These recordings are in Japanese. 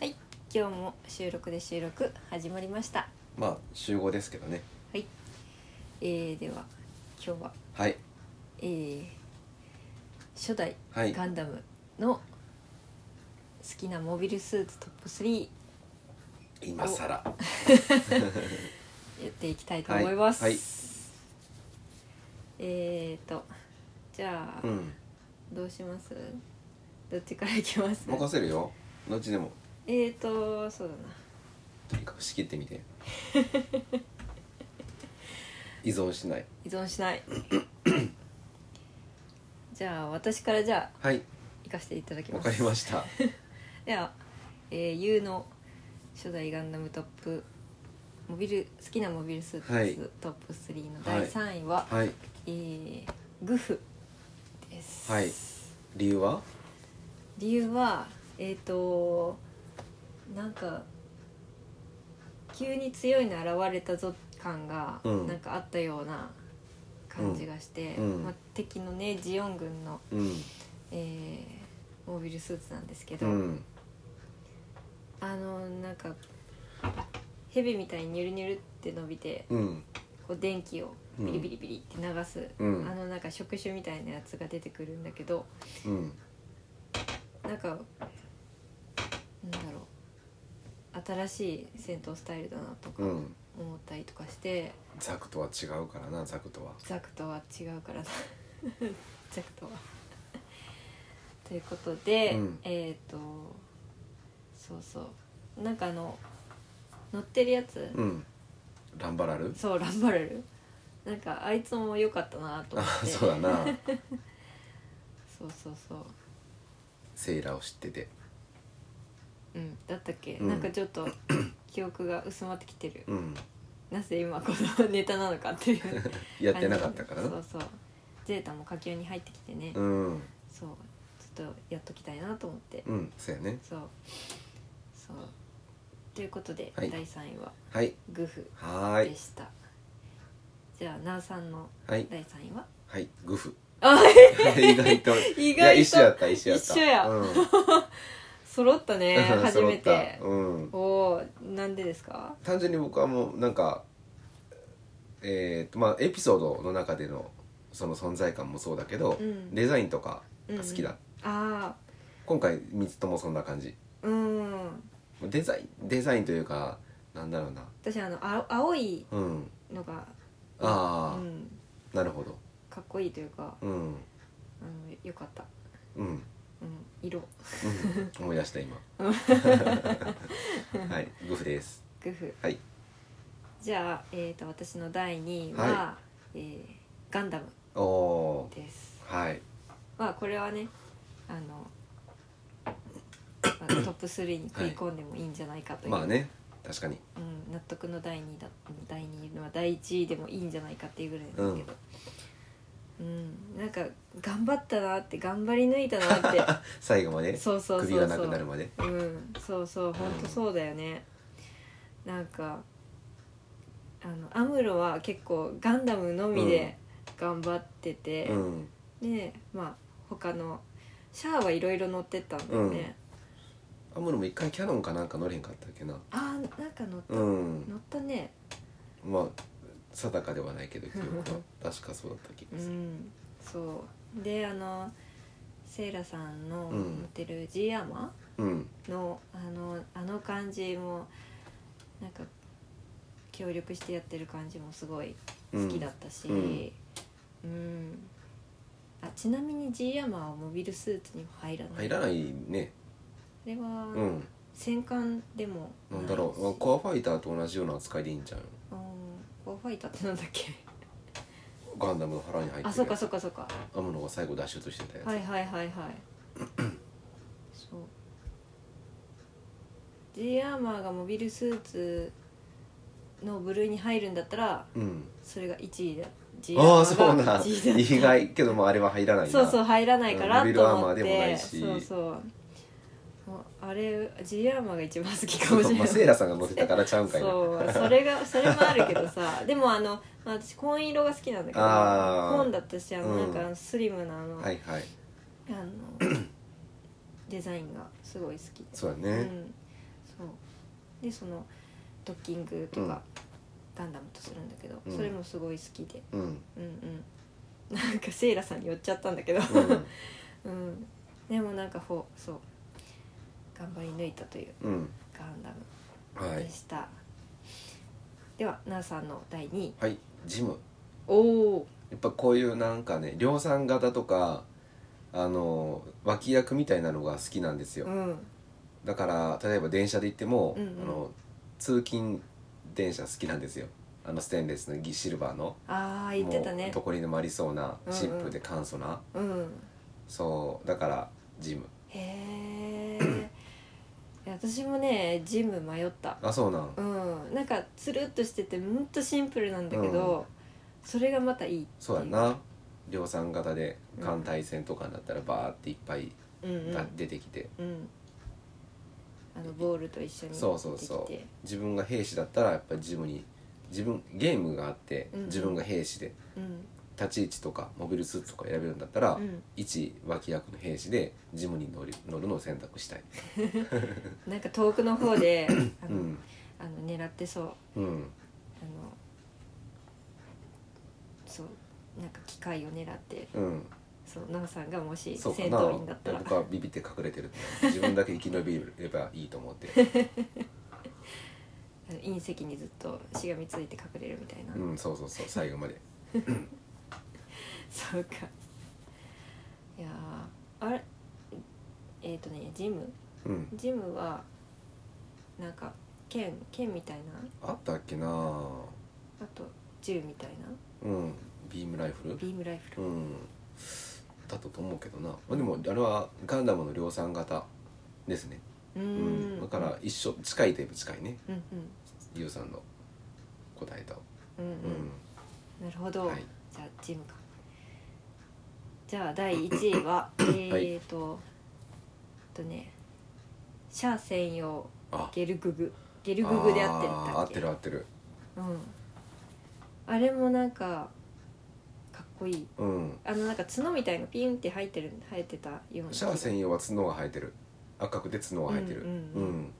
今日も収録で収録始まりましたまあ集合ですけどねはい、えー、では今日は、はいえー、初代はいガンダムの好きなモビルスーツトップ3今更やっていきたいと思います、はいはいえーとじゃあ、うんどうしますどっちからいきます任せるよどっちでもえーとそうだなとにかく仕切っ てみて依存しない依存しない じゃあ私からじゃあはい行かせていただきわまかすりましたでは、えー、ユウの初代ガンダムトップモビル好きなモビルスーツ、はいトップ3の第3位は、はいえーグフです、はい理由は理由はえっ、となんか急に強いの現れたぞ感が、うんなんかあったような感じがして、うんうんまあ、敵のねジオン軍の、うんえーモビルスーツなんですけうど、んあのなんか蛇みたいにニュルニュルって伸びてうんこう電気をビリビリビリって流す、うんあのなんか触手みたいなやつが出てくるんだけどうんなんかなんだろう新しい戦闘スタイルだなとかうん思ったりとかして、ザクとは違うからなザクとはザクとは違うからな ザクとは。 ということで、うんえっ、とそうそうなんかあの乗ってるやつ、うんランバラルそうランバレルなんかあいつも良かったなと思っあてそうだなそうそうそうセイラーを知っててうんだったっけ、うんなんかちょっと 記憶が薄まってきてるうんなぜ今このネタなのかっていう やってなかったからそなうそうゼータも下級に入ってきてね、うんそうちょっとやっときたいなと思って、うんそうやねそうそうということで、はい第3位ははいグフはーでいした、じゃあなあさんのはい第3位ははいグフあ 意外と意い外とや一緒やった一緒やった一緒や うん、揃ったね初 揃め、ってたうんおーなんでですか単純に僕はもうなんかえーとまあエピソードの中でのその存在感もそうだけど、うんデザインとかが好きだ、うんあ今回3つともそんな感じあうんデザインデザインというかなんだろうな私あの青青いうんのがああ、うん、なるほどかっこいいというかうんあのよかった、うん、うん、うん、色思い出した今 はいグフですグフはいじゃあ、えー、と私の第2位は、はえーガンダムおおですーはいまあこれはねあのまあトップ3に食い込んでもいいんじゃないかという、まあね確かにうん、納得の第2位だ第2位は第1位でもいいんじゃないかっていうぐらいなんですけど、うんなんか頑張ったなって頑張り抜いたなって最後ま でそうそうそうそう首がなくなるまでうんそうそう本当そうだよね、なんかあのアムロは結構ガンダムのみで頑張ってて、うんでまあ他のシャアはいろいろ乗ってったんだよね、アムロも一回キャノンかなんか乗れへんかったっけなああーなんか乗った、うん乗ったねまあ定かではない けど記憶は確かそうだった気うがするんそうであのセイラさんのうん持ってる G アーマうんーのあのあの感じもなんか協力してやってる感じもすごい好きだったし、ううんんあちなみに G アーマーはモビルスーツには入らない入らないねあれは、うん戦艦でもいしなんだろうコアファイターと同じような扱いでいいんじゃんうんコアファイターってなんだっけガンダムの腹に入ってるあそうかそうかそうかアムロが最後脱出してたやつ、はいはいはいはいそう G アーマーがモビルスーツの部類に入るんだったらうんそれが1位だ G ああそ うなん1位だ意外けどもあれは入らないなそうそう入らないからモビとルアー思マっーでもなていしそうそうもうあれ G アーマーが一番好きかもしれ まなあいセイラさんが乗ってたからちゃうんかいなそうそれがそれもあるけどさでもあの、まあ、私紺色が好きなんだけどあー紺だったしあの、うんなんかあのスリムなあの,、はいはいあのデザインがすごい好きでそうだうねん、そうでそのドッキングとか、ガンダムとするんだけど、うんそれもすごい好きでうんうんうんうんなんかセイラさんに寄っちゃったんだけど、 うんでもなんかほうそう頑張り抜いたといううんガンダムはいでした、ではナーさんの第2位はいジムおおやっぱこういうなんかね量産型とかあの脇役みたいなのが好きなんですよ、うんだから例えば電車で行っても、うんうんあの通勤電車好きなんですよあのステンレスのギシルバーのああ言ってたもうねどこにでもありそうなうんうんシンプルで簡素な、うんそうだからジムへえ私もねジム迷ったあそうなんうんなんかつるっとしててほんとシンプルなんだけど、それがまたいいっていそうやな量産型で艦隊戦とかになったらバーっていっぱいうんうんが、出てきて、うん、あのボールと一緒にそうそうそうできて自分が兵士だったらやっぱりジムに自分ゲームがあってうんうん自分が兵士でうん立ち位置とかモビルスーツとか選べるんだったら、うん一脇役の兵士でジムに乗り乗るのを選択したいなんか遠くの方 であうの、んあの狙ってそうあうんのそうなんか機械を狙ってうんそう奈緒さんがもしそうか戦な闘員だったら僕はビビって隠れてるって自分だけ生き延びればいいと思って あの隕石にずっとしがみついて隠れるみたいな、うんそうそうそう最後までそうかいやーあれえっ、とねジムうんジムはなんか剣剣みたいなあったっけなあと銃みたいなうんビームライフルビームライフルうんだったと思うけどなまあでもあれはガンダムの量産型ですね、うーうんだから一緒近いといえば近いねうんゆうさんの答えと、うんうんううん、なるほど、はいじゃあジムかじゃあ第1位は えーと、えっとねシャア専用あゲルググゲルググで合ってるんだっけあー合ってる合ってるうん、あれもなんかかっこいいうんあのなんか角みたいのピンって入ってる生えてたようなシャア専用は角が生えてる赤くて角が生えてるうんううんうんん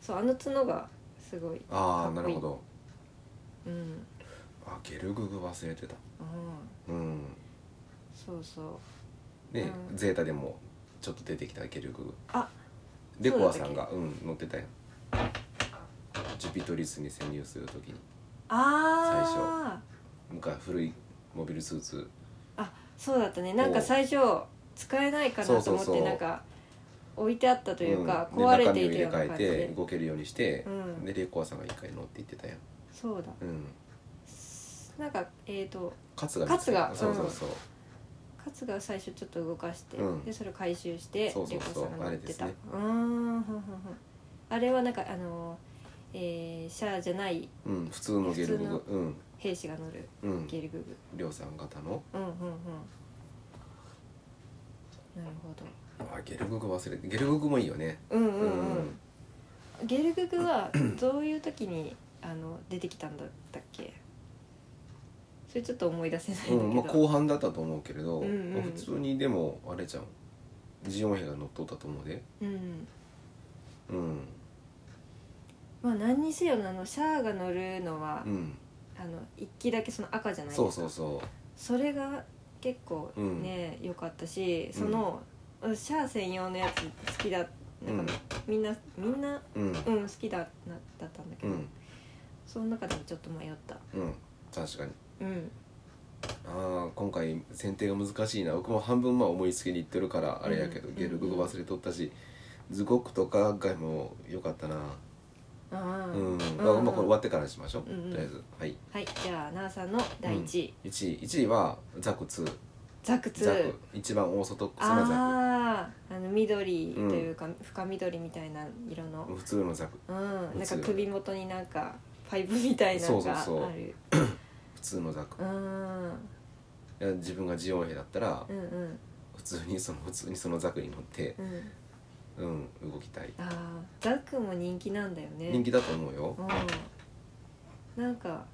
そうあの角がすごいああかなっこいるいほどうんあゲルググ忘れてたああうんそうそうね、うんゼータでもちょっと出てきたゲルググあでコアさんがうん乗ってたよジュピトリスに潜入するときにああ昔古いモビルスーツそうだったねなんか最初使えないかなと思ってそうそうそうなんか置いてあったというか、うんで壊れていた中身よをうな入れ替感じえてで動けるようにして、うんでレイコアさんが一回乗っていってたやんそうだうんなんかえっ、とカツがカツがそうそうそう、カツが最初ちょっと動かして、うんでそれを回収してそうそうそレコうさんが乗ってたああれでうーんふんふんふんあれはなんかあのえー、シャアじゃないうん普通のゲルグ普グうん兵士が乗るうんゲルググ量産型のうんうんうんなるほどあゲルググ忘れてゲルググもいいよねうんうんうん、ゲルググはどういう時にあの出てきたんだったっけそれちょっと思い出せないうんんまだあ、けど、後半だったと思うけれど、うんうんまあ普通にでもあれじゃんジオン兵が乗っとったと思うでうんうんまあ何にせよあのシャアが乗るのは、うんあの一機だけその赤じゃないですそかうそうそうそれが結構ね良、かったしその、シャア専用のやつ好きだなんかみんな、みんなうんうんうん好きだなだったんだけうど、んその中でもちょっと迷ったうん確かにうんああ今回選定が難しいな僕も半分まあ思いつきにいってるからあれやけど、うんゲルググ忘れとったしズゴックとかがも良かったなあうあん、まあまあこれ終わってからにしましょう、うんうんとりあえずはいはい、じゃあ、なあさんの第一位、 1位1位はザク2ザクツザーク。一番オーソドックスなザああ、あの緑というか、深緑みたいな色の。ク普通のザクうん、なん普か通首元になんか、パイプみたいなそのうそうがあそうる。普通のザクう、ん、いや自分がジオン兵だったらうん、うん、普通にその普通にそのザクに乗ってうん。うん動きたいああ、ザクも人気なんだよね。人気だと思うようん。なんか。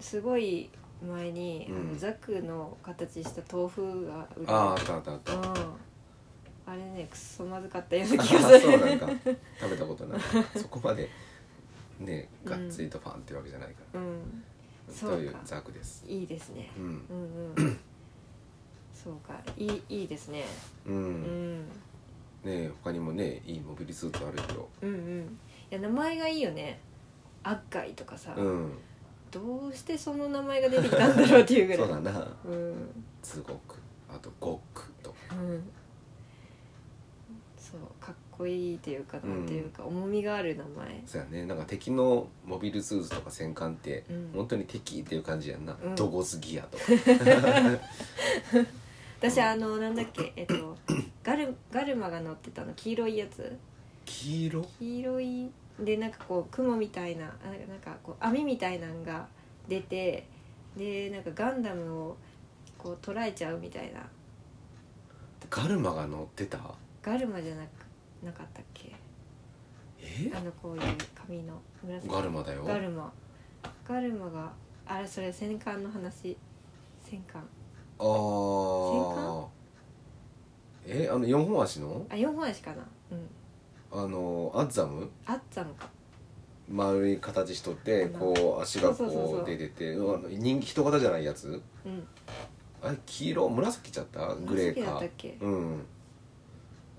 すすごい前に、あうのんザクの形した豆腐が売ってあああったあったあったうん、ああれねくっそまずかったようなあ気がすそうなんる か食べたことないそこまでねがっつりとファンってわけじゃないから、うんそうとかいうザクですいいですねうんうんうん そうかいいいいですねうん、うんね他にもねいいモビルスーツあるけどうんうんいや名前がいいよねアッガイとかさ、うんどうしてその名前が出てきたんだろうっていうぐらいそうだなうん、ズゴクあとゴックとうん、そうかっこいいというかうんなんていうか、重みがある名前そうやねなんか敵のモビルスーツとか戦艦って、うん本当に敵っていう感じやんな、うんどこ好き やと私あのなんだっけえっとガルガルマが乗ってたの黄色いやつ黄色黄色いでなんかこう雲みたいなあなんかこう網みたいなんが出てでなんかガンダムをこう捉えちゃうみたいなガルマが乗ってたガルマじゃなくなかったっけえあのこういう髪の紫ガルマだよガルマガルマがあれそれ戦艦の話戦艦ああえあの四本足のあ四4本足かなうんあのアッザムあったのか丸い形しとってあのこう足がそうそうそうこそうう出ててうわ人人型じゃないやつうんあれ黄色紫ちゃったグレー紫だっかたっけうん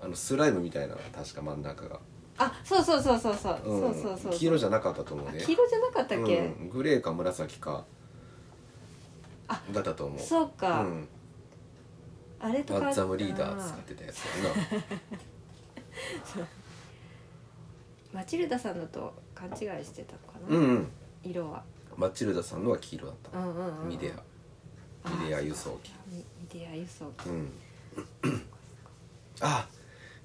あのスライムみたいな確か真ん中が、あそうそうそうそうそう、うん、そうそうそう黄色じゃなかったと思うあね黄色じゃなかったっけ、うん、グレーか紫かあだったと思うそうか、うん、あれとアかッザムリーダー使あってたやつやなマチルダさんのと勘違いしてたのかな、うん、うん、色はマチルダさんのは黄色だっうた、んうん、うん、ミディあアミディア輸送機ミミディア輸送機、うんあ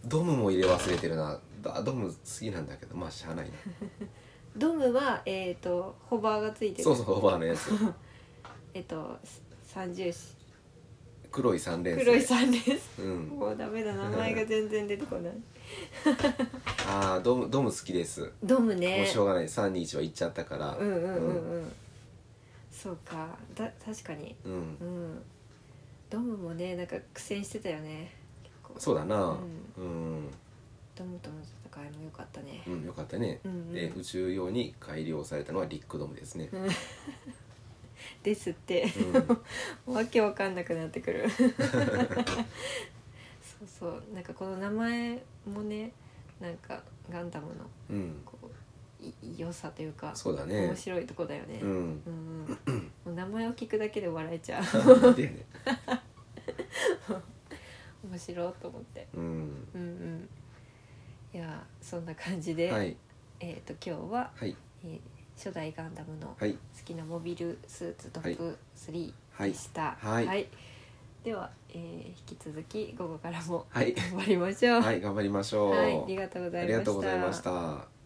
ドムも入れ忘れてるなだドム好きなんだけどまあしゃあないなドムはえっ、ー、とホバーがついてるそうそうオーバーのやつえっ、と三重視黒い三連星黒い三連星うん、もうダメだ名前が全然出てこないああドムドム好きです、 ドムもねうしょうがない321は行っちゃったからうんうんうんうんそうかだ確かにうん、うんドムもねなんか苦戦してたよね結構そうだなうんうん、ドムとの戦いも良かったねうんよかったね、うんうんで宇宙用に改良されたのはリックドムですね、ですってうんわけわかんなくなってく るそうそうなんかこの名前もねなんかガンダムのうん、こうい良さというかそうだね面白いとこだよね、 うんうんうんもう名前を聞くだけで笑えち ゃうでね、面白いと思ってうん、うんうんいやそんな感じで、はいえー、と今日は、はいえー初代ガンダムの好はいきなモビルスーツトップ3はいでした、はいでは、えー引き続き午後からもは い頑張りましょう、はい頑張りましょう、はいありがとうござあいましたりがとうございました